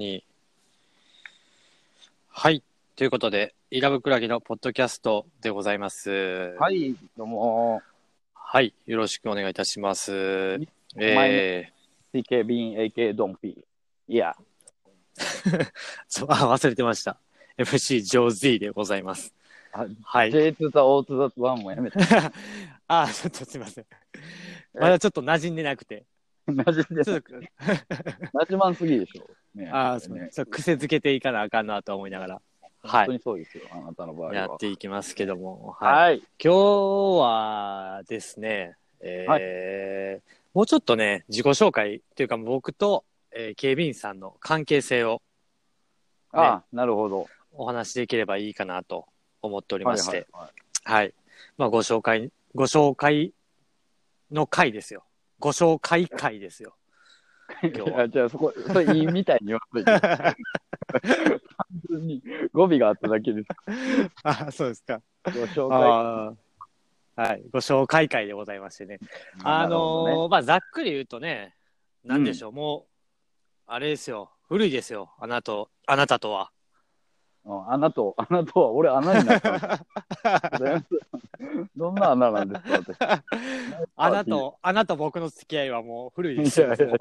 に。はい。ということで、イラブクラゲのポッドキャストでございます。はい。はい、どうも。よろしくお願いいたします。え前 CK 便 AK ドンピー。いや、ー、 そうあ、忘れてました。MC ジョー Z でございます。あはい。 J2 と O2 と1もやめた。 あ、ちょっとすいません。まだちょっと馴染んでなくて。なじんで、ちょっなと、じまんすぎでしょ。ねあーそうね。ちょっと癖づけていかなあかんなと思いながら、は本当い。にそうですよ、あなたの場合は。やっていきますけども。はい。はい。今日はですね、えーもうちょっとね、自己紹介というか、僕と、えー警備員さんの関係性をあなるほど。お話しできればいいかなと思っておりはまいしはいて、はい。はいまあ、ご紹介、ご紹介の回ですよ。ご紹介会ですよ。今日は。あ じゃあそこ、それいいみたいに言わんといて単純に語尾があっただけです。 あ、そうですか。ご紹介。あーはい、ご紹介会でございましてね。あのーなるほどねまあざっくり言うとね、なんでしょう、もう、あれですよ、古いですよ、あなた、あなたとは。うん、穴と、穴とは、俺穴になったん です。どんな穴なんですか、私。あなたと、あなた僕の付き合いはもう古いですよ。いやいやもう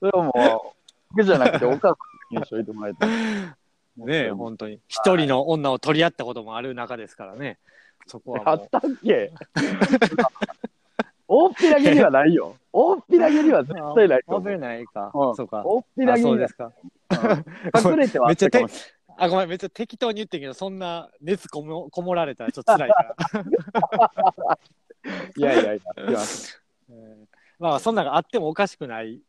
それはもう、僕じゃなくて、お母さんにしといてもらいたい。ねえ、本当に。一人の女を取り合ったこともある中ですからね。そこあはもったっけ大っぴらげにはないよ。大っぴらげには絶う。対ないと危思う。ないか。うんそうか。大っぴらあげそうにではすか。うん隠れてはあったかもしあ、ごめん、めっちゃ適当に言ってるけど、そんな熱こもこもられたらちょっと辛いから。れない。いやいやいやいや、うんまあ、そんなのがあってもおかしくない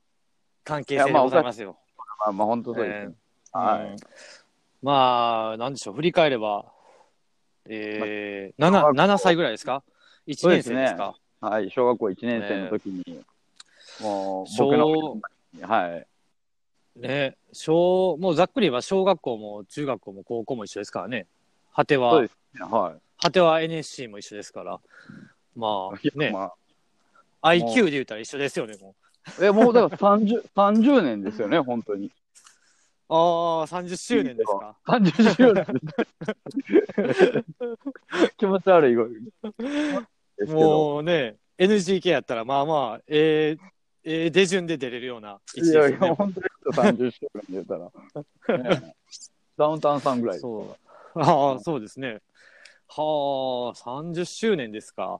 関係性でございますよ。まあまあ本当そうですね。うんはまあ、なんでしょう、振り返れば、えー、まあ 7, 7歳ぐらいですか ?1 年生ですかい。はい、小学校1年生の時に、もう、僕小の、はい。ね、小、もうざっくり言えば小学校も中学校も高校も一緒ですからね。果てそうはで、すね。は果ては NSC も一緒ですから。まあい。ね、まあ IQ で言ったら一緒ですよね、もえ、もうだから30、30年ですよね、本当に。う。ああ、30周年ですか。 30周年 気持ち悪い声ですけど。もうね、NGK やったら、まあまあ、えー、えー、出順で出れるような位い置でやすいよねや、。本当に30周年で言ったら、ね ダウンタウンさんぐらい。そう。ああ、そうですね。はあ、30周年ですか。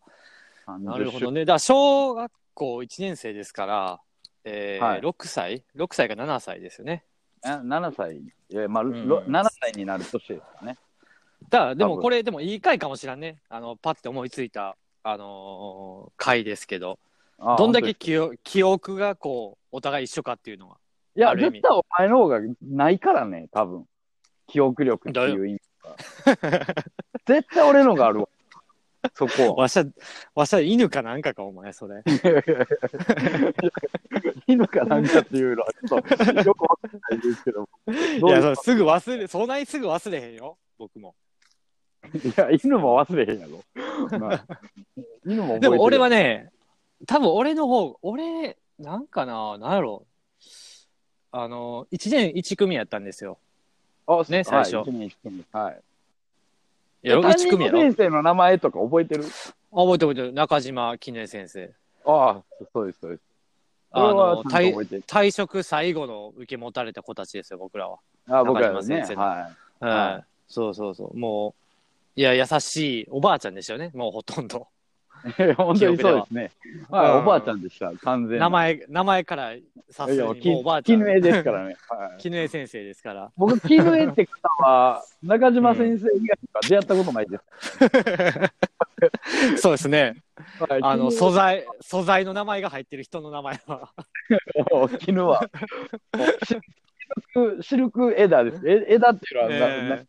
30なるほどね。だから小学校1年生ですから、えーはい6歳 ?6 歳か7歳ですよね。え7歳、えまあんろ7歳になる年ですかね。だから、で多も分これ、でもいい回かもしらんね。あの、パッて思いついた、あのー回ですけど、あどんだけ本記憶記憶がこう、お互い一緒かっていうのは。当にいあや、る意味絶対お前の方がないからね、多分記憶力っていう意味が。 絶対俺のがあるわ。そこ。わしゃ、わしゃ犬かなんかか、お前、それ。いいのかなんかっていうのは、ちょっとよくわかんないですけど。いどうや、いそうれすぐ忘れ、そんなにすぐ忘れへんよ、僕も。いや、犬も忘れへんやろ。まあ犬も覚えてるでも俺はね、多分俺の方、俺、なんかな、なんやろ。あの、1年1組やったんですよ。あね最初はい、一年一組はい。いや、1組やろ。担任の先生の名前とか覚えてるあ覚えてる覚えてる。中島記念先生。ああ、そうです、そうです。あ俺はの、ちゃんと退覚えてる。退職最後の受け持たれた子たちですよ、僕らは。あ僕らですね。中島先生のははい。はそうそうそう。もう、いや、優しいおばあちゃんですよね、もうほとんど。い。本当にそうですね。はい、うんおばあちゃんでした、完全に。名前、名前からさすいにや、もきうおばあちゃん。絹 枝ですからね。はい、絹江先生ですから。僕、絹枝って方は、中島先生以外とか出会ったことないでそうですね。す。はい、あ の、絹素材、素材の名前が入ってる人の名前は。もう絹は。もうシルク、シルク枝です。え枝っていうのはな、な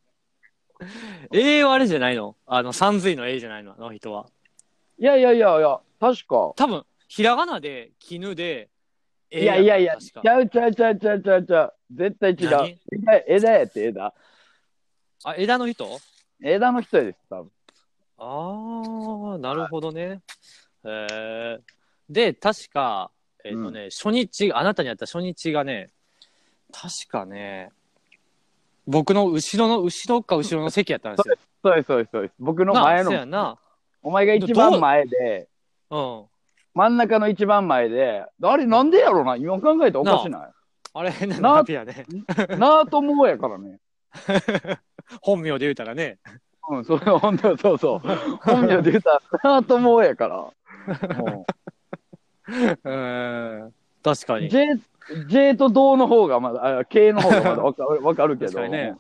ええ A はあれじゃないのあの、三髄の A じゃないのあの人は。いやいやいやいや、確か。多分、ひらがなで、絹で、いやいやいや、確ちかゃうちゃうちゃうちゃうちゃうちゃう。絶対違う。何枝枝やって枝。あ、枝の人枝の人です、多分。ああ、なるほどね。えーで、確か、えっ、とね、初日、あなたに会った初日がね、確かね、僕の後ろの、後ろか後ろの席やったんですよ。そうです、そうです、そうです。僕のな前そのう、やな。お前が一どう番前で、うん。真ん中の一番前で、あれなんでやろな今考えたらおかしなあれ、ななナビやね。いなあと思うやからね。本名で言うたらね。うん、それ本当そうそう。本名で言うたら、なあと思うやから。もうん。確かうに。 J, J と同の方がまだ、あ K の方がまだわかるわかるけど。確かにね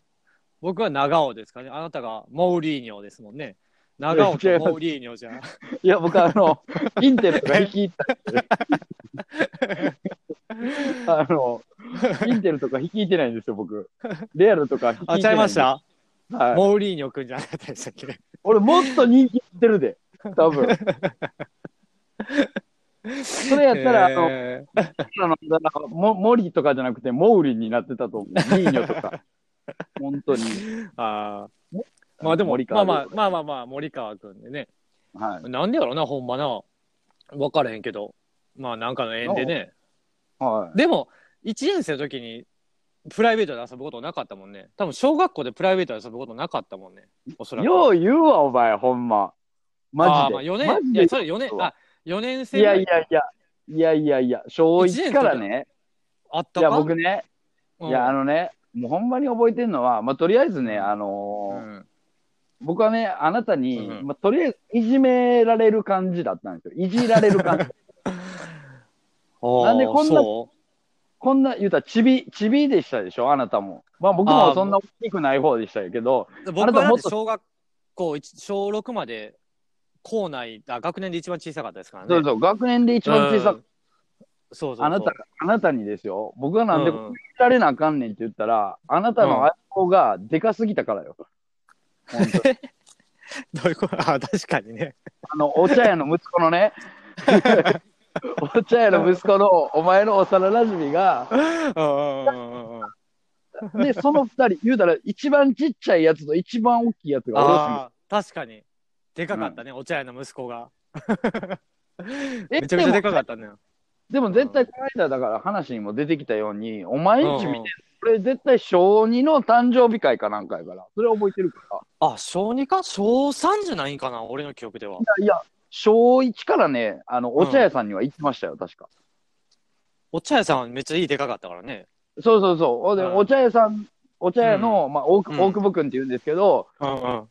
僕は長尾ですかね。あなたがモーリーニョですもんね。長尾といや違いますモーリーニョじゃん。いや、僕あ の、インテルが引き入った。あの、インテルとか引き入ってないんですよ、僕。レアルとか引き入あ、っちてゃないいんまでしす。たはい、モーリーニョくんじゃなかったでしたっ け俺もっと人気してるで、多分。それやったら、あの、えーあのだからモモリとかじゃなくて、モウリになってたと思う。ニーニョとか。本当に。あーまあでも森、まあま川あまあまあまあ、森川くんでね。はい。なんでやろな、ほんまな。わからへんけど。まあなんかの縁でね。はでも、1年生の時にプライベートで遊ぶことなかったもんね。多分小学校でプライベートで遊ぶことなかったもんね。おそらい。く。よう言うわ、お前、ほんま。マあジーまあ4で。マ年、ジいでや、それ4年、あ、4年生いぐらやいいやいや、いやいやいや、小1からね、あっいたかや僕ね、うんいやあのね、もうほんまに覚えてるのは、まあとりあえずね、うんあうのーん僕はね、あなたに、うんまあとりあえずいじめられる感じだったんですよ。いじられる 感じ。なんでこんなそこんな、言うたら、ちび、ちびでしたでしょ、あなたも。まあ僕あーもそんな大きくない方でしたけど、う僕はあなただもっってと小学校一、小6まで校内、あ、学年で一番小さかったですからね。そうそう、学年で一番小さうんそく、うそうそうあなた、あなたにですよ、僕がなんでうこんうんいじられなあかんねんって言ったら、あなたの相棒がでかすぎたからよ。本当にどういうことあ、確かにね。あの、お茶屋の息子 のね、お茶屋の息子のお前の幼馴染が、うんうんうんうんうん。で、その二人、言うたら一番ちっちゃいやつと一番大きいやつがおろあー確かに。でかかったね、お茶屋の息子が。すめえちゃめちゃでかかったね。でも絶対この間だから話にも出てきたように、お前んち見うんうんて、これ絶対小2の誕生日会かなんかやから、それ覚えてるかあ、小2か小3じゃないんかな、俺の記憶では。ら。いや、小1からね、あの、お茶屋さんには行ってましたよ、確か。お茶屋さんはめっちゃいいでかかったからね。そうそうそう。ほんでうんお茶屋さん、お茶屋の、まあ、大うん久大久保くんって言うんですけど、うん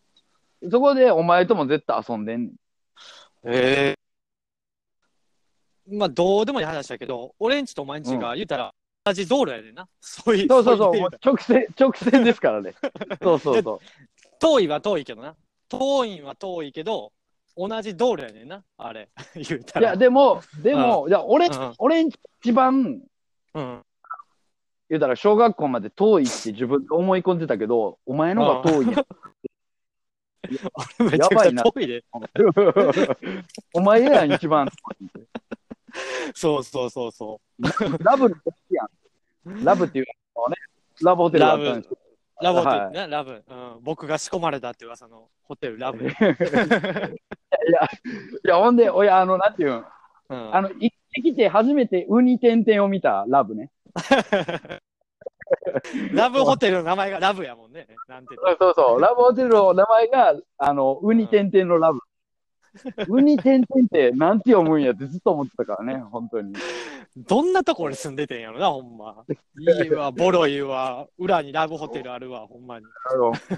うん。そこでお前とも絶対遊んでんねん。ええまあ、どうでもいい話だけど、俺んちとお前んちが言うたら、同じ道路やねんな。そういう。そうそうそう、いもうう直線、直線ですから ね。そうそうそう。遠いは遠いけどな。遠いは遠いけど、同じ道路やねんな。あれ、 言うたいら。や、でも、でも、いや、俺、うん俺んち一番、うん。言うたら小学校まで遠いって自分で思い込んでたけど、お前のが遠いや めん。ちゃくちゃ遠いで。お前やん、一番。そうそうそうそラブの時やん。ラブっていうのね、ラブホう。テルラだったんブです。ラブホテルはいな、ラブ、うん。僕が仕込まれたって噂のホテル、ラブ。いや、いや、ほんで、おや、あの、なんていうん、うん、あの、行ってきて初めてウニ点々を見たラブね。ラブホテルの名前がラ ブやもんね。なんて言ってもそうそうそう、ラブホテルの名前が、あの、ウニ点々のラブ。ウニ点々って、なんて読むんやってずっと思ってた からね、本当に。どんなとこ俺住んでてんやろな、ほんま。家はボロいわ、裏にラブホテルあるわ、ほんまに。あの、す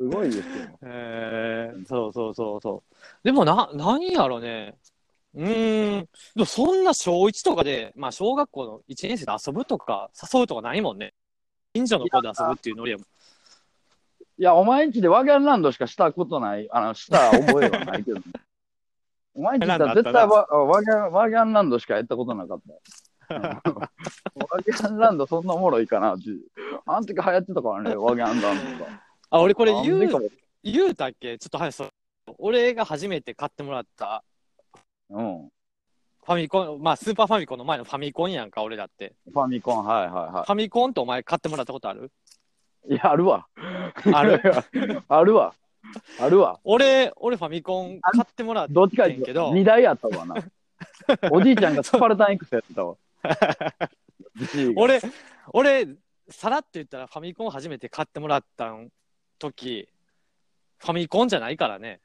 ごいですよ。えー、そうそうそうそう。でもな、なんやろね。うーん、でもそんな小1とかで、まあ小学校の1年生で遊ぶとか、誘うとかないもんね。近所の子で遊ぶっていうノリやもん。いや、お前んちでワギャンランドしかしたことない、あの、した覚えはない けど、ね、お前んちだったら絶対ワワギャンワギャンランドしかやったことなかったよ。うんワギャンランドそんなおもろいかなって。あの時流行ってたからね、ワギャンランドが。あ、俺これなん言でかう、言うたっけちょっと話そう。俺が初めて買ってもらったもファミコン、まあスーパーファミコンの前のファミコンやんか、俺だって。うん。ファミコン、はいはいはファミコンってお前買ってもらったことあるい。いや、あるわ。あ るあるわ。あるわ。俺、俺ファミコン買ってもらっどっちかっていいけど2台あったわな。おじいちゃんがスパルタン X やってたわ。俺、俺、さらって言ったらファミコン初めて買ってもらったん時、ファミコンじゃないからね。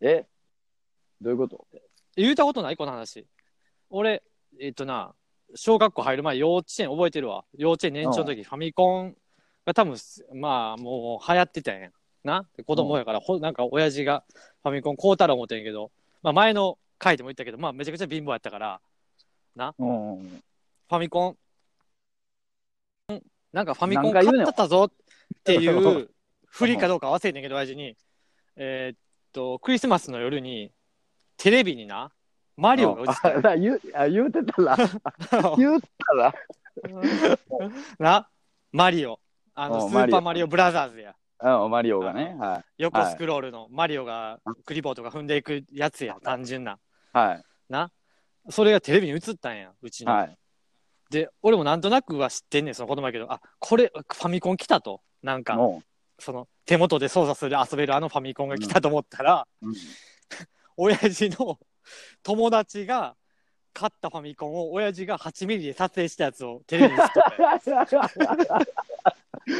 えどういうこと言うたことないこの話。俺、えっとな、小学校入る前、幼稚園覚えてるわ。幼稚園年長の時、ファミコンが多分、まあもう流行ってたんや。なで子供やから、ほなんか親父がファミコン買うたら思ってんやけど、まあ前の回でも言ったけど、まあめちゃくちゃ貧乏やったから、うんうん。ファミコン、なんかファミコン何買回言うねんっとったぞって いうふりかどうか忘れてんけど、親父に、えーっと、クリスマスの夜に、テレビにな、マリオが映っ てあ言うあ言うて たら、たの言うてたら、な、マリオ、あの、うんスーパマリーオマリオブラザーズや。うん、マリオがね。は横スクロールのマリオがクリボーとか踏んでいくやつや、単純な。い。はそれがテレビに映ったんや、うちい。の。はい。で、俺もなんとなくは知ってんねん、その子供やけど、あ、これ、ファミコン来たと。なんか、もその、手元で操作する、遊べるあのファミコンが来たと思ったら、う、うん 親父の友達が買ったファミコンを、親父が8ミリで撮影したやつをテレビに映っとったん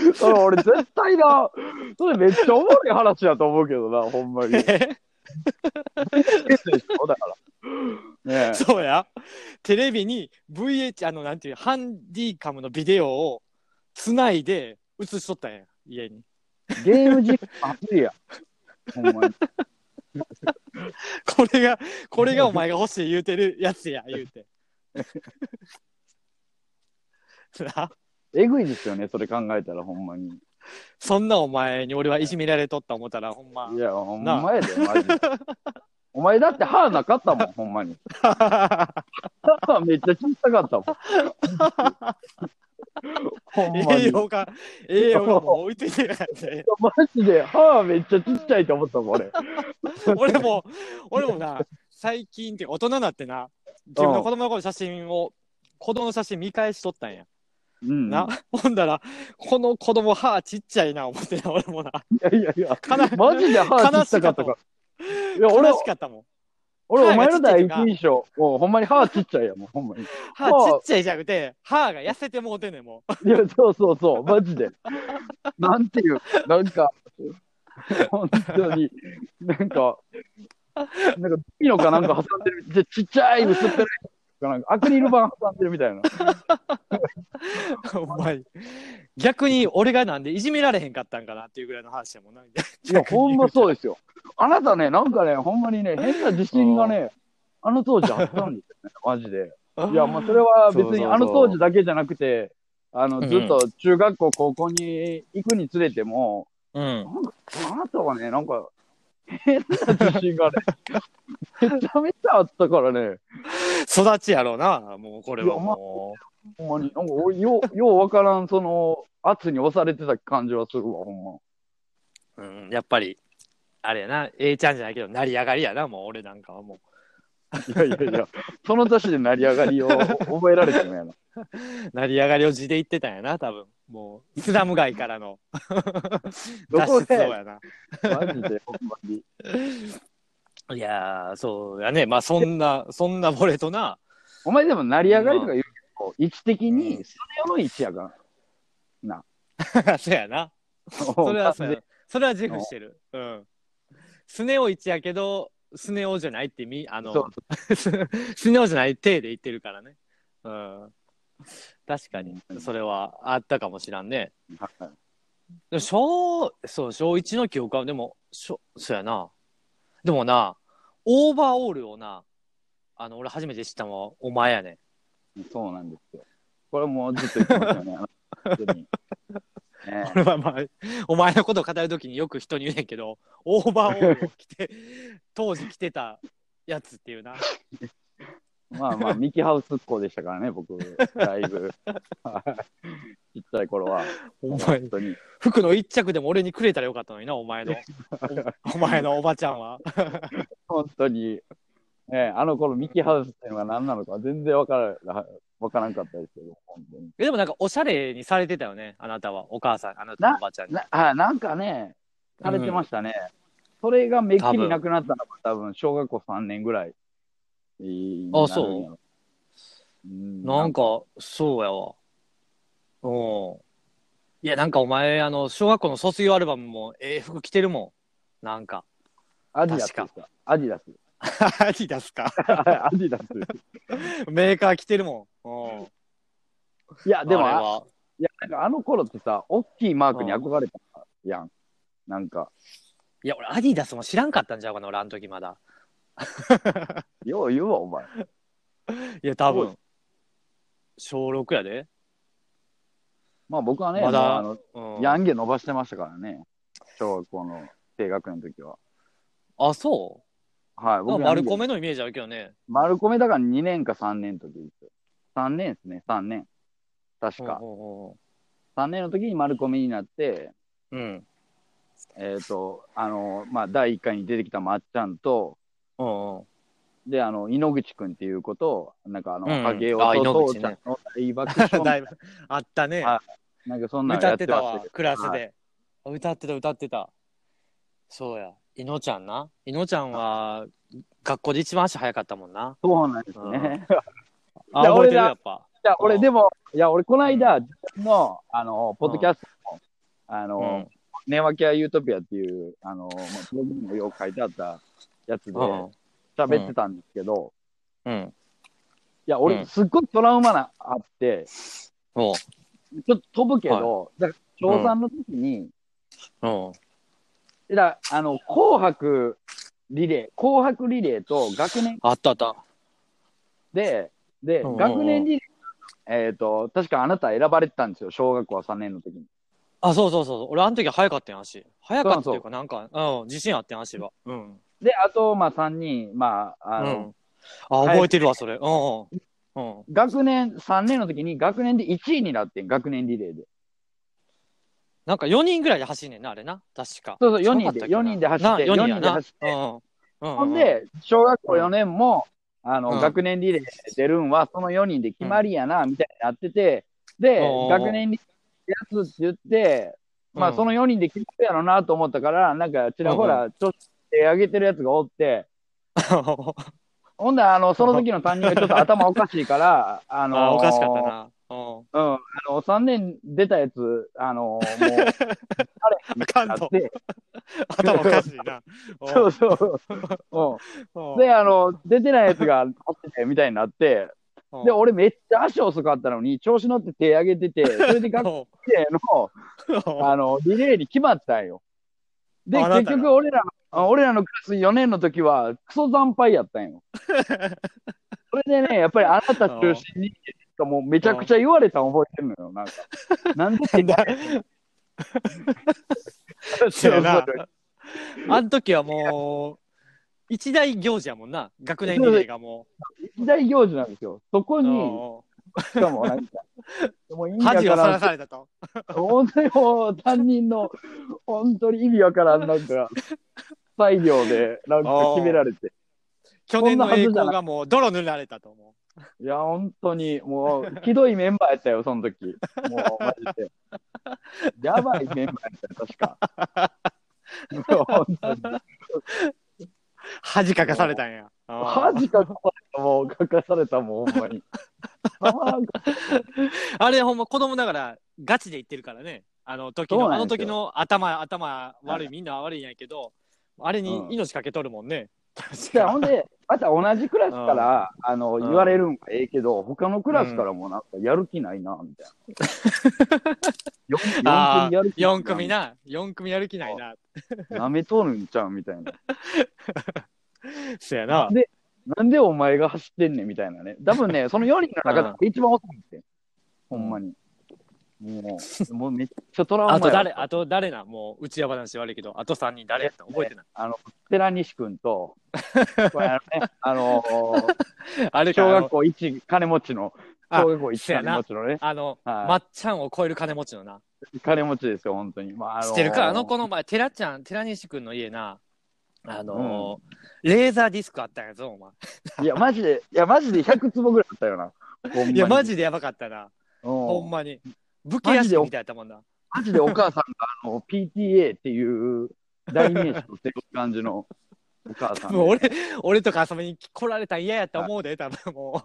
やそれ俺絶対な、それめっちゃおもろい話だと思うけどな、ほんまに。 そうだから。ねそうや。テレビに VH、あの、なんていう、ハンディカムのビデオをつないで映しとったんや、家に。え、ゲーム実況熱いや。ほんまに。これが、これがお前が欲しい言うてるやつや、言うて。 なえぐいですよね、それ考えたらほんまに。そんなお前に俺はいじめられとった思ったら、ほんまい。や、ほんまやで、マジで。お前だって歯なかったもん、ほんまに。 歯めっちゃ小さかったもん。ほんま 栄に。養が、栄養がもう追いついてなかった ね。マジで歯めっちゃちっちゃいと思ったもん、俺。俺も、俺もな、最近っていうか大人になってな、自分の子供の頃の写真を、子供の写真見返しとったんや。うん。な、 ほんだら、この子供歯ちっちゃいな、思ってな、俺もな。いやいやいや、かなマジで歯ちっちゃかったから。いや、俺悲、しかったもん。俺、お前歯のがちっちゃ第一いとか印象、もうほんまに歯ちっちゃいや、もうほんまに。歯ちっちゃいじゃなくて、歯が痩せてもうてんねん、 もう。いや、そうそうそう、マ ジで。なんていう、なんか、本当に、なんか、なんか、ピノかなんか挟んでる、でちっちゃい薄っぺらい。なんかアクリル板挟んでるみた いな。お前、逆に俺がなんでいじめられへんかったんかなっていうぐらいの話やもんな。いや、ほんまそうですよ。あなたね、なんかね、ほんまにね、変な自信がね、あの当時あったんですよね、マジで。いや、ま あ、それは別そうそうに、そうあの当時だけじゃなくて、あの、うんずっと中学校、高校に行くにつれても、うん。あなたはね、なんか、変な自信がね、めちゃめちゃあったからね、育ちやろうな、もうこれはもほんまに、なんかお、よう、ようわからん、その、圧に押されてた感じはするわ、ほんま。う。うん、やっぱり、あれやな、A ちゃんじゃないけど、成り上がりやな、もう俺なんかはもう。いやいやいや、その年で成り上がりを覚えられてもやな。成り上がりを地で言ってたんやな、多分。もう、スラム街からのどこ脱で出そうやな。マジで、ほんまに。いやー、そうやね。まあ、そんな、 そんなボレとな。 お前でも成り上がりとか言うけど、位置的にそれの位置やから。そうやな。 そそれはそうやな。それは自負してる。うん。スネ夫一やけど、スネ夫じゃないってみ、あその う、スネ夫じゃない体で言ってるからね。うん。確かに、それはあったかもしらんね。はいでも小、そう、小一の記憶は、でも、小そうやな。でもな、オーバーオールをな、あの、俺初めて知ったのはお前やね。そうなんですよ。これもうずっと言ってますよね。あの本当にね俺 はまあ、お前のことを語るときによく人に言うねんけど、オーバーオールを着て、 当時着てたやつっていうな。まあまあ、ミキハウスっ子でしたからね、 僕、だいぶ。はいちっちゃい頃は。お前本、当に。服の一着でも俺にくれたらよかったのにな、お 前の。おお前のおばちゃんは。本当に。ね、あの頃ミキハウスっていうのが何なのか全然わからなわからんかったですけど、本当に。えでもなんかおしゃれにされてたよね、あなたは。お母さん、あなたのおばちゃんに。なあなんかね、されてましたね。それがめっきりなくなったのが多分小学校3年ぐらいになるんやろ。あそううん。なんか、そうやわ。おいや、なんかお前、あの、小学校の卒業アルバムも、ええ服着てるもん。なんか。アディダスですかアディダス。 アディダスか。 アディダス。メーカー着てるもん。おいや、でも、あれあはいや、なんかあの頃ってさ、大きいマークに憧れたやん。なんか、いや、俺、アディダスも知らんかったんちゃうかな、俺、あの時まだ。よう言うわ、お前。いや、多そ分、小6やで。まあ僕はね、まだもうあのうん、ヤンゲ伸ばしてましたからね。小学校の低学年の時は。あ、そ、はいまあ、う僕丸ヤンゲ米のイメージあるけどね。丸米だから2年か3年の時です。3年ですね、3年。確か。うん3年の時に丸米になって、うんうん。えっ、と、あの、まあ、第1回に出てきたまっちゃんと、うんうん。で、あの、井ノ口くんっていうことを、なんかあの、うん影をあ井ノと口父ねちゃんの大爆 笑だいぶ、あったね。あなんかそんなの歌やっっててまたしたわけど。クラスで、歌ってた歌ってたそうやいのちゃんないのちゃんは学校で一番足早かったもんなそうなんです ね。あいや覚えてる俺らやっぱいや、俺うんでも、いや、俺この間、自分の、あの、ポッドキャストの、あうのん、ネワキアユートピアっていう、あの、まあ、ブログにもよく書いてあったやつでうん喋ってたんですけど、いうんや、う俺、んすっごいトラウマな、あって、おうちょっと飛ぶけど、だから小3の時に、おうだからあの、紅白リレー、紅白リレーと学年あったあったで、で、うん学年リレー、えっ、と、確かあなた選ばれてたんですよ、小学校3年の時に。あそうそうそう俺あの時早かったんや足早かったっていうかなんかうん自信あってん足はうんで、あと、まあ、3人、まあ、あうの、んあ覚えてるわそれうんうんうん学年、3年の時に学年で1位になってん、学年リレーで。なんか4人ぐらいで走んねんなあれな確かそうそう、4違か人ったっで、けな4人で走っなて、 4 4人人やでな走って。うんうんうほんんで、小学校4年も、あうの、ん学年リレー出るんは、その4人で決まりやな、みたいになってて、でお、ー学年リレーやつって言って、まあ、うんその4人で決まるやろなと思ったから、なんか、ちらほら、ちょっと手上げてるやつがおって、ほんで、あの、その時の担任がちょっと頭おかし いから、あのーあおかしかったなうんうん、あの、3年出たやつ、あのーもう、 あかんあっとて、頭おかしい な。そうそう。うん、で、あの、出てないやつが、あっててみたいになって、うんで、俺めっちゃ足遅かったのに、調子乗って手上げてて、それで学うん生の、うんあの、リレーに決まったんよ。で、あなた結が局俺ら、あ俺らのクラス4年の時は、クソ惨敗やったん よ。それでね、やっぱりあなた中心に、もうめちゃくちゃ言われたの覚えてるのよ、なんか。なん で手上げてんのそそうや なそうあん時はもう、一大行事やもんな。学年リレーがも一大行事なんですよ。そこう。に、うしかも なんか、もう意ん味わ恥かをさららん、されたと。本当にもう担任の、本当に意味わからん、なんか、裁量で、なんか決められて。去年の栄光がもう泥塗られたと思いや、本当に、もう、ひどいメンバーやったよ、その時。もう、マジで。やばいメンバーやったよ、確か。 もう本当にう。恥かかされたんや。うん恥かかされた、もう、かかされた、もう、ほんま に。あーあれほんま子供ながらガチで言ってるからね。あの時そうの、なあんのですよ時の頭、頭悪、はいみんな悪いんやけど、あれに命かけとるもんね。確じゃあかほんで、また同じクラスから、あの、ん言われるんはええけど、他のクラスからもなんかやる気ないな、みたいな。あ 4, 組やある気4組。 な、4組やる気ないな。なめとるんちゃうみたいな。そやな。なんでお前が走ってんねんみたいなね。多分 ね、その4人の中で一番遅くて。ほんまに。もう、もうめっちゃトラウマやあと誰、あと誰な、もう、うちや話悪いけど、あと3人誰やった覚えてない。あの、寺西くんと、これあの ね、あのあれか小学校一金持ちの、あ小学校一せや金な持ちのね、あの、はいまっちゃんを超える金持ちのな。金持ちですよ、本当に。まあ、あの知ってるかあの、この前、寺ちゃん、寺西くんの家な、あのーレーザーディスクあったんやぞ、お前。いや、マジで、いや、マジで100坪ぐらいあったよな。ほんまにいや、マジでやばかったな。うんほんまに。武家屋敷みたいやったもんな。マジでお母さんが、あの、PTA っていう代名詞としてる感じの、お母さんね。 もう俺、俺とか遊びに来られたら嫌やって思うで、多分も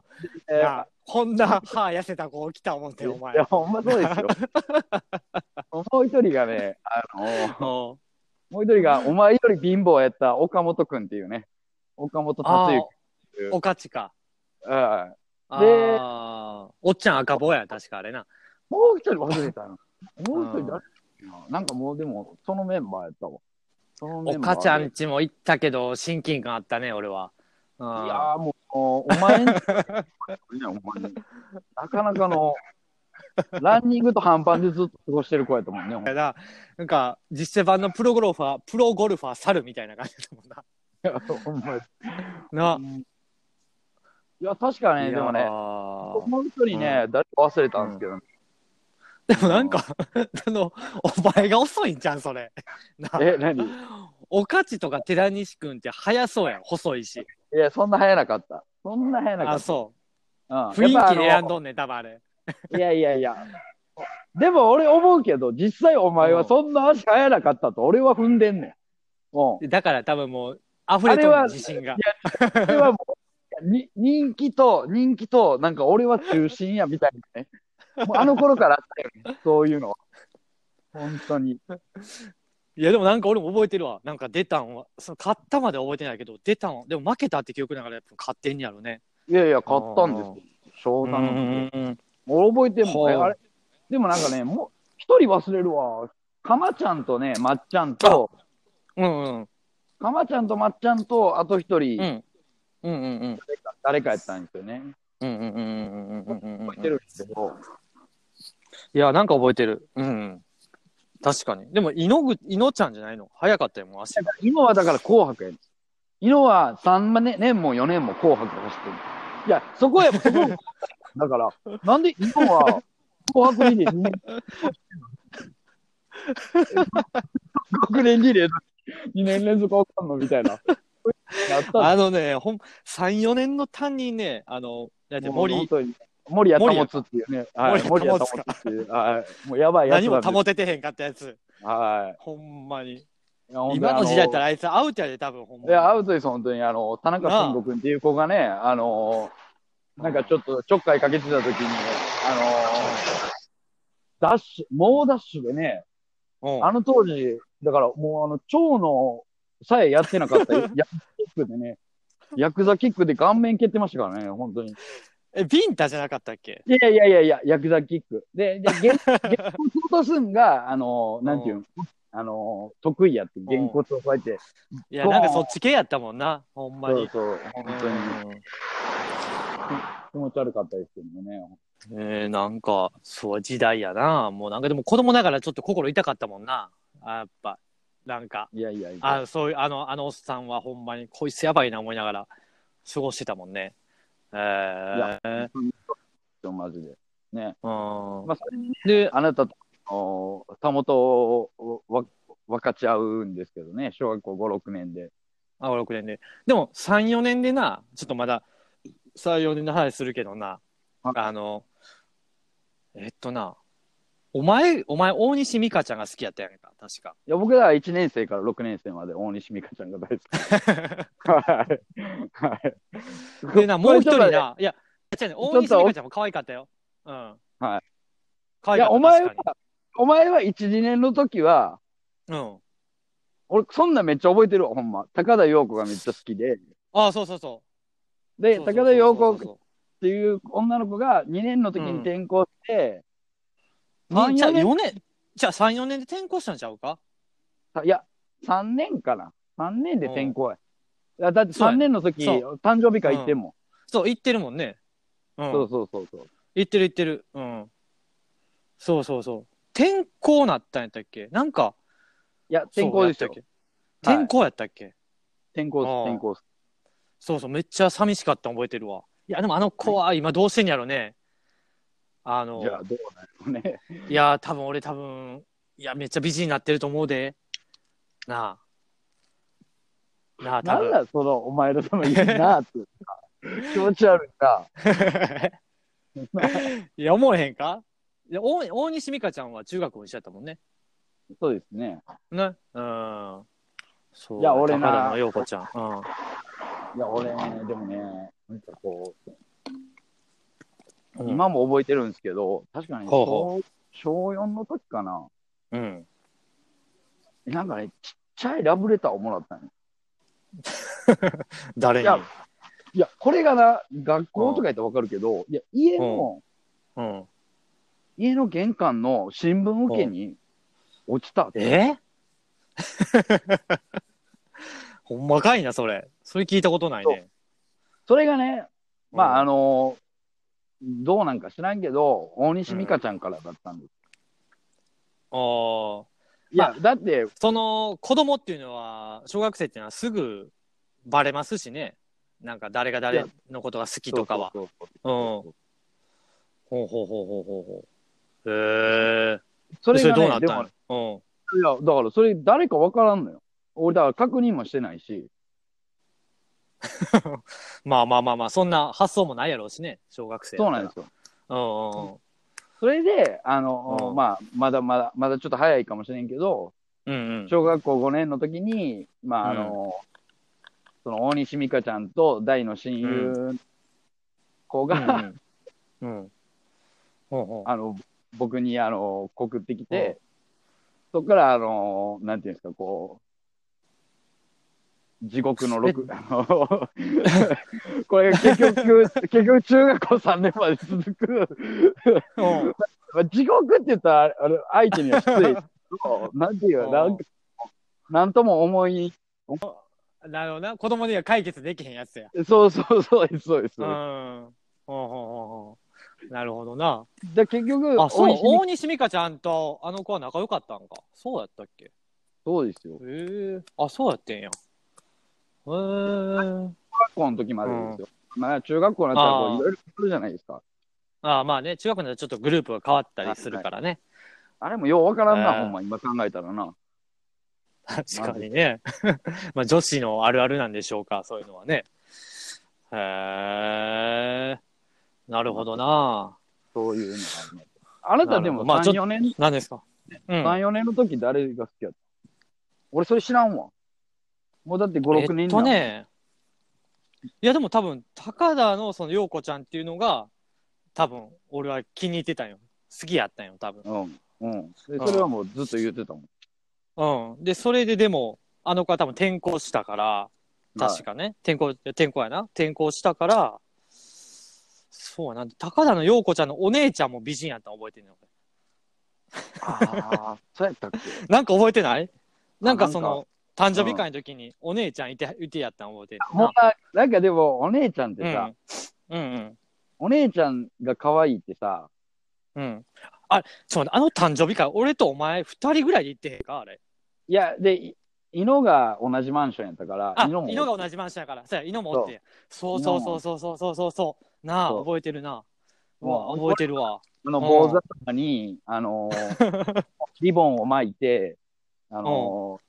う。えーなあこんな歯痩せた子来た思って、お前い。や、ほんま そうですよ。もう一人がね、あの、うんもう一人が、お前より貧乏やった岡本くんっていうね。岡本あー達之君おかちか。うん。で、おっちゃん赤坊や、確かあれな。もう一人忘れたな。もう一人誰だっけななんかもうでも、そのメンバーやったわ。そのメおンバーかでちゃんちも行ったけど、親近感あったね、俺は。うんいやーもう、お前んねお前んなかなかの、ランニングと半端でずっと過ごしてる子やと思うねほんまだ。からなんか、実践版のプロゴルファー、プロゴルファー猿みたいな感じだもんな。ほんまやな。いや、確か ね、いでやーもね、もう一人ね、誰か忘れたんですけどね、でもなんか、 あの、お前が遅いんじゃん、それ。なえ、何いおかちとか寺西くんって早そうやん、細いし。や、そんな流行らなかった。そんな流行らなかあ、っそた。う。うん雰囲気でやっ選ぱんどんねん、多分あれ。あのいやいやいや。でも俺思うけど、実際お前はそんな足流行らなかったと俺は踏んでんねん。うん。だから多分もう、溢れてるあれは自信が。それはもう、に人気と、人気と、なんか俺は中心やみたいなね。もうあの頃からあったよね、そういうのは。本当に。いやでもなんか俺も覚えてるわ。なんか出たんは、その勝ったまでは覚えてないけど、出たんは、でも負けたって記憶ながらやっぱ勝ってんやろね。いやいや、買ったんですよ。小う3の時。んうんもう覚えてんもんね。はああれ。でもなんかね、もう、一人忘れるわ。かまちゃんとね、まっちゃんと、うんうん。かまちゃんとまっちゃんと、あと一う人、んうんうん誰かやったんですよね。うんうんうんうんうんうん覚えてるんですけど。いや、なんか覚えてる。うん。確かに。でも、いのぐ、いのちゃんじゃないの早かったよ、もう足だ。から今はだから紅白やねん。今は3年も4年も紅白が走ってる。いや、そこや、そこだから、 なんで今は紅白リレー2年 ?6 年リレー2年連続わかんのみたいな。やったあのね、ほん、3、4年の単にね、あの、だってもう本森、当に森谷保つっていうね。はい森森谷谷保保つつっていう。はいもうやばいやつ何なもんです保ててへんかったやつ。はほんまに。いいや。本当に今の時代やったあらあいつアウトやで、多分、ほんまのいに。や、アウトです、本当に。あの、田中慎吾君っていう子がね、あの、なんかちょっとちょっかいかけてた時に、あのーダッシュ、猛ダッシュでね、うんあの当時、だからもうあの、蝶のさえやってなか った、ヤクザキックでね、ヤクザキックで顔面蹴ってましたからね、本当に。いえ、ビンタじゃなかったっけやいやいやいや、ヤクザキック。で、 で、げんげんこつ落とすんが、あのーなんていうの、あのー得意やって、げんこつをこうやって。いや、なんかそっち系やったもんな、ほんまそうに。そう、本当にうん気持ち悪かったですけどね。えー、なんか、そう、時代やな。もうなんかでも子供ながらちょっと心痛かったもんな。あやっぱ、なんか、いやいやいや。あそういう、あの、あのおっさんはほんまにこいつやばいな思いながら過ごしてたもんね。えー、マジで。ね。うん。まあ、それにで、あなたとあのたもとをわ分かち合うんですけどね、小学校5、6年で。あ、6年で。でも、3、4年でな、ちょっとまだ、3、4年の話するけどな、はいあの、えっとな、お前、お前、大西美香ちゃんが好きやったやんか、確か。いや僕らは1年生から6年生まで大西美香ちゃんが大 好き。はい。はい。でな、もう一人これちょっな、といや、違うね、ょっ大と西美香ちゃんも可愛かったよ。うん。はい。可愛いかった。や、お前は確か、お前は1、2年の時は、にうん。俺、そんなんめっちゃ覚えてるわほんま。高田陽子がめっちゃ好きで。あ、そうそうそで、う。高田陽子っ子。ていう女の子が2年の時に転校して、あ、じゃあ3 4 4年、じゃあ3、4年で転校したんちゃうかさいや、3年かな。3年で転校や。いやだってそうや3年の時、そ誕生日会行ってんもん。そう、行ってるもんね。うん。そうそうそうそう。行ってる行ってる。うん。そうそうそう。転校なったんやったっけなんか、いや、転校でしたそうやよっ。け転校やったっけ、転校っすああ転校っすそうそう、めっちゃ寂しかったの覚えてるわ。いや、でもあの子は今どうしてんやろね。あの、じゃあ、どうなのね。いやー、多分俺多分、いや、めっちゃ美人になってると思うで。なあ。なあ、多なん分。だ、その、お前のその、いいなーって。気持ち悪いな。いや、思えへんかいや大大西美香ちゃんは中学校一緒やったもんね。そうですね。ね。うん。そういや俺な高田の陽子ちゃん。うん。いや、俺ね、でもね、なんかこう、うん今も覚えてるんですけど、確かにほう小小4の時かな、うん。なんかね、ちっちゃいラブレターをもらったの。誰にいやいや、これがな、学校とかやったらわかるけど、いや、家の、うん。家の玄関の新聞受けに落ちたって。 えほんまかいな、それ。それ聞いたことないね。それがね、まあ、あの、のどうなんか知らんけど、大西美香ちゃんからだったんです。あーいや、だって、その子供っていうのは、小学生っていうのはすぐバレますしね。なんか誰が誰のことが好きとかは。そうそううん。そうそほううほうほうほうほうほう。へえ。そそれどうなれがっね、でたもん、うん。いや、だからそれ誰かわからんのよ。俺、だから確認もしてないし、 まあまあまあまあ、そんな発想もないやろうしね、小学生。。そうなんですすよ。うんうんうん。それで、あの、うんまあ、まだまだ、まだちょっと早いかもしれんけど、うん小学校5年の時に、まあ、あの、その大西美香ちゃんと大の親友子うが、ん。うん。うん。ほうほう。 あの、僕に、あの、告ってきて、そこから、あの、なんていうんですか、こう、地獄の6、あの、 これが結局、結局中学校3年まで続く、うんまあ、地獄って言ったら、あれ、相手には失礼ですけ どなんていううんか、なんかなんとも思い、なるほどな。子供には解決できへんやつや。そうそうそうです、そうです。うん。ほうほうほうほうなるほどな。で結局、あ、そう、大西大西美香ちゃんとあの子は仲良かったんか。そうやったっけへそうですよ。え。あ、そうやってんや。へえ。中学校の時までですよ。まあ、中学校になったらこあう、ーいろいろするじゃないですか。あまあね、中学のちょっとグループが変わったりするからね。あれもようわからんな、えーほんま、今考えたらな。確かにね。 まあ女子のあるあるなんでしょうか、そういうのはね。へえ。なるほどな。そういうのがあるねあなたなでもるほどまあちょ3、4年、何ですか。うん三四年の時誰が好きやった俺それ知らんわ。もうだって5、6え年っだもとん。ね、いやでも多分、高田のその陽子ちゃんっていうのが、多分、俺は気に入ってたんよ。好きやったんよ、多分。うん。うん。で、それはもうずっと言ってたもん。うん。で、それででも、あの子は多分転校したから、確かね、転校、転校やな。転校したから、そうやな、高田の陽子ちゃんのお姉ちゃんも美人やったの覚えてんの。はい。ああ、そうやったっけなんか覚えてないなんかそなんの、誕生日会の時にお姉ちゃんいて、いてやったの覚えてんのもうな、なんかでも、お姉ちゃんってな。さ、うん。うんうん。お姉ちゃんが可愛いってさ、うん。あ、ちょっと待って、あの誕生日会、俺とお前二人ぐらいで行ってへんかあれ。いや、で、い犬が同じマンションやったから、あ、犬犬も。が同じマンションやから。そうや、犬もおってや。そうそうそうそうそうそうそうそう。なあ、そう覚えてるな。ううんわ、覚えてるわ。あうんの、坊主頭に、あの ーリボンを巻いて、あのー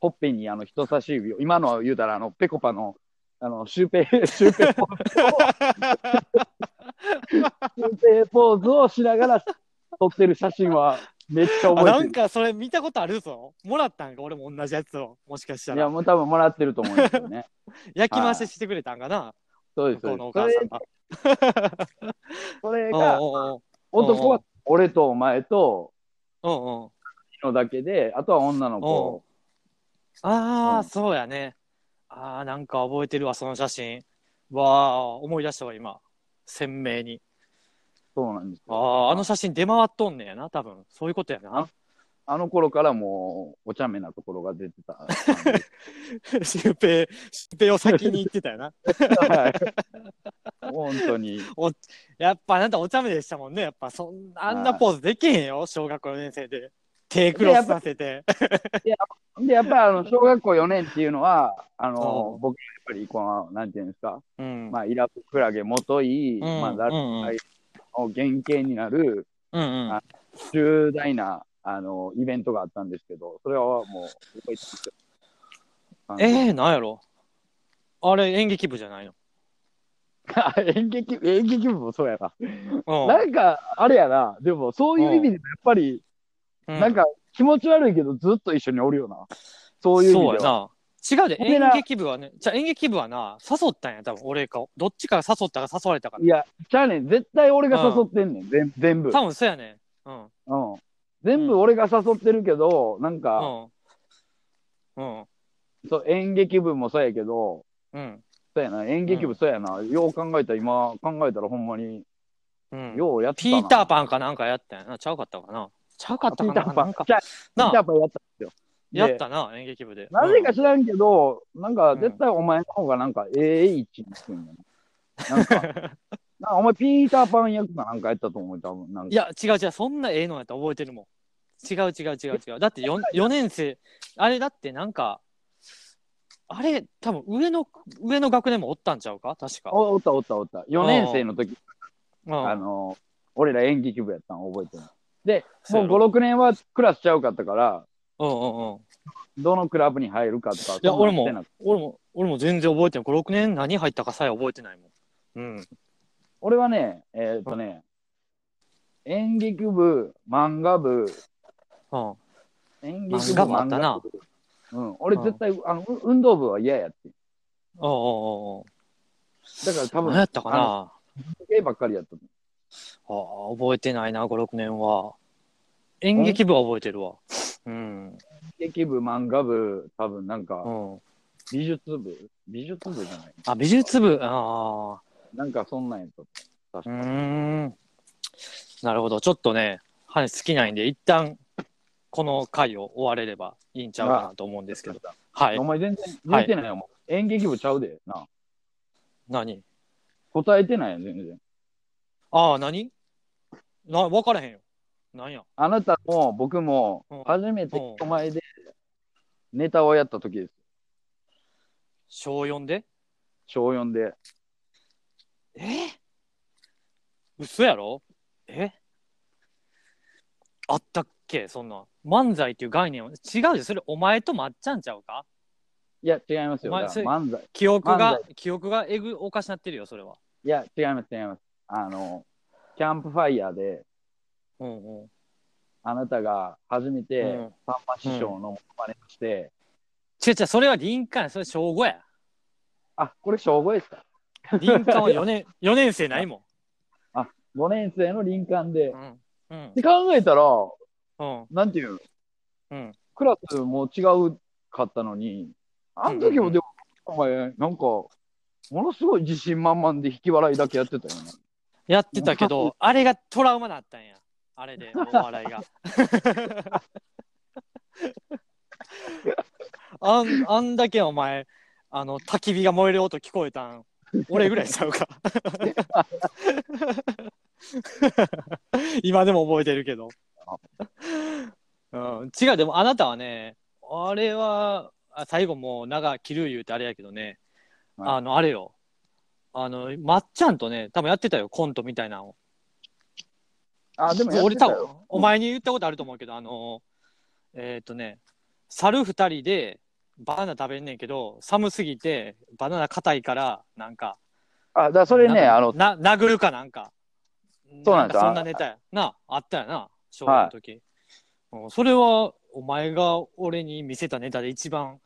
ほっぺにあの人差し指を、今のは言うたら、あの、ペコパの、あの、シュウペイ、 シュウペイポーズシュウペイポーズをしながら撮ってる写真は、めっちゃあ覚えなてんる。かそれ見たことあるぞ。もらったんか、俺も同じやつを。もしかしたいや、ら。もう多分もらってると思うんですよね。焼き回ししてくれたんかな、そうです。向こうのおそ母れさんが。それうが、ん男は俺とお前と、うんうん。うんうん。のだけで、あとは女の子。ああ、うんそうやね。ああ、なんか覚えてるわ、その写真。わあ、思い出したわ、今。鮮明に。そうなんですあよあ、あの写真出回っとんねやな、多分。そういうことやな。 あの頃からもう、お茶目なところが出てた。シュウペイ、シュウペイを先に行ってたよな。 はい本当に。やっぱあなたお茶目でしたもんね。やっぱそんあんなポーズできへんよ、小学校4年生で。手クロスさせて。で、やっぱりあの小学校4年っていうのは、あうのん僕やっぱりこの、なんていうんですか、うん。まあ、イラブクラゲ、元うい、んまあ、誰うんうんの原型になるうんうんあ重大なあのイベントがあったんですけど、それはもう覚えてますよ、えー、なんやろ。あれ、演劇部じゃないの。 あの演劇演劇部もそうやな。うなんか、あれやな、でもそういう意味でもやっぱり、ん。なんか気持ち悪いけど、ずっと一緒におるよな。そういう意そう味やでは。な。違うで、ほんで演な劇部はね、じゃあ演劇部はな、誘ったんや、多分俺か。どっちから誘ったか誘われたかいや、じゃあねん、絶対俺が誘ってんねん、全全部。ら。多分そうやね。うん。うん。全部俺が誘ってるけど、なんうか、ん。うん。そう演劇部もそうやけど、うん。そうやな、演劇部そうやな、よう考えたら今、考えたらほんまに、うん。ようやってたピな。ーターパンかなんかやったんやな。ちゃうかったかな。ちゃうかったピかーな。ターなパンんか。じゃあピなーターパンやったんですよ。やったな、演劇部で。なぜかうん知らんけど、なんか絶対お前の方がなんかええ位置につくんやな。なんか、 なんかお前ピーターパン役かなんかやったと思う、多分。なんかいや、違う違う、そんなええのやったら覚えてるもん。違う違う違う違う。だって 4, 4年生、あれだってなんか、あれ、多分上の、上の学年もおったんちゃうか確か。おおったおったおった。4年生の時、うんあの、俺ら演劇部やったん覚えてる。で、そうもやうろ5、6年はクラスちゃうかったから、うんうんうん。どのクラブに入るかとか、いや俺も俺も、俺も全然覚えてない。5、6年何入ったかさえ覚えてないもん。うん。俺はね、えーっとね、演劇部、漫画部、うん。演劇部、漫画部あったな漫部うん、俺絶対、あのう運動部は嫌やって。おうおうおうだから多おう分何やったかなあのあ時計ばっかりやった。あ覚えてないな、5、6年は。演劇部は覚えてるわ。うん。演劇部、漫画部、多分なんうか、ん。美術部、美術部じゃないあ、美術部、ああ。なんかそんなんやった。うーん。なるほど。ちょっとね、話尽きないんで、一旦、この回を終われればいいんちゃうかなと思うんですけど。はいお。前全然は言いえてないよ、もう演劇部ちゃうで、な。何答えてないよ、全然。ああ、何な、分からへんよ。なんや。あなたも僕もうん初めてうん人前でネタをやった時です。小4で小4で。え嘘やろえあったっけそんな。漫才っていう概念を。違うよ。それ、お前とまっちゃんちゃうかいや、違いますよ。お前だから漫才。記憶が漫、記憶がえぐ、おかしなってるよ、それは。いや、違います、違います。あの、キャンプファイヤーで、うんうん。あなたが初めて、うんさんま師匠のモノマネをして、違う違う、それは林間や。それ小5や。あ、これ小5ですか林間は4年、4年 生ないも ?5 年生の林間で。ん。うん。うんって。考えたら、うん。なんていうのうん。クラスも違うかったのに、あの時もでも、お前、なんか、ものすごい自信満々で引き笑いだけやってたよね。やってたけど、あれがトラウマだったんや。あれで、お笑い が。あん、あんだけお前、あの、焚き火が燃える音聞こえたん。俺ぐらいちゃうか。今でも覚えてるけど。うん、違う、でもあなたはね、あれは、あ最後もう長切る言うてあれやけどね、はいあの、あれよ。あの、まっちゃんとね、多分やってたよ、コントみたいなのを。あ、でもやっ俺てた多分よ。、お前に言ったことあると思うけど、あの、えっ、とね、猿二人でバナナ食べんねんけど、寒すぎて、バナナ硬いから、なんか、あ、だからそれね、なあの、な、殴るかなんか。そうなんですかよそんなネタや。なあ、あったよな、小学の時。うんそれは、お前が俺に見せたネタで一番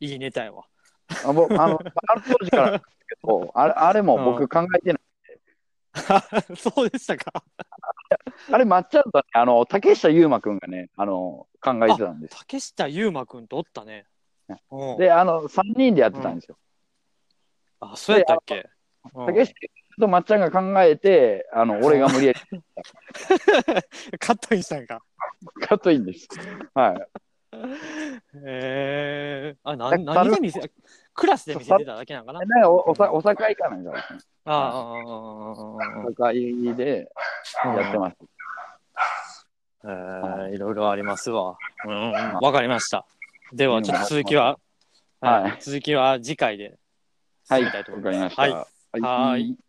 いいネタやわ。 あぼあの、あの当時からなんですけど、あれ あれもう僕考えてない。そうでしたか。あれ、まっちゃんとね、あの、竹下優馬くんがね、あの、考えてたんです。竹下優馬くんとおったね。うん、で、あの、3人でやってたんですよ。あ、そうやったっけ。うん竹下とまっちゃんが考えて、あの、俺が無理やりカットインしたんか。カットインです。はい。 えー、あ、なだ何で見せ、クラスで見せてただけなのかな。なんかおおさお酒行かないから、ね、ああ、ああああああお酒でやってます。えーいろいろありますわ。うん、わかりました。では、ちょっと続きは、はいはい続きは次回で進はい、みわたいと思いかま。りますした。はい。はい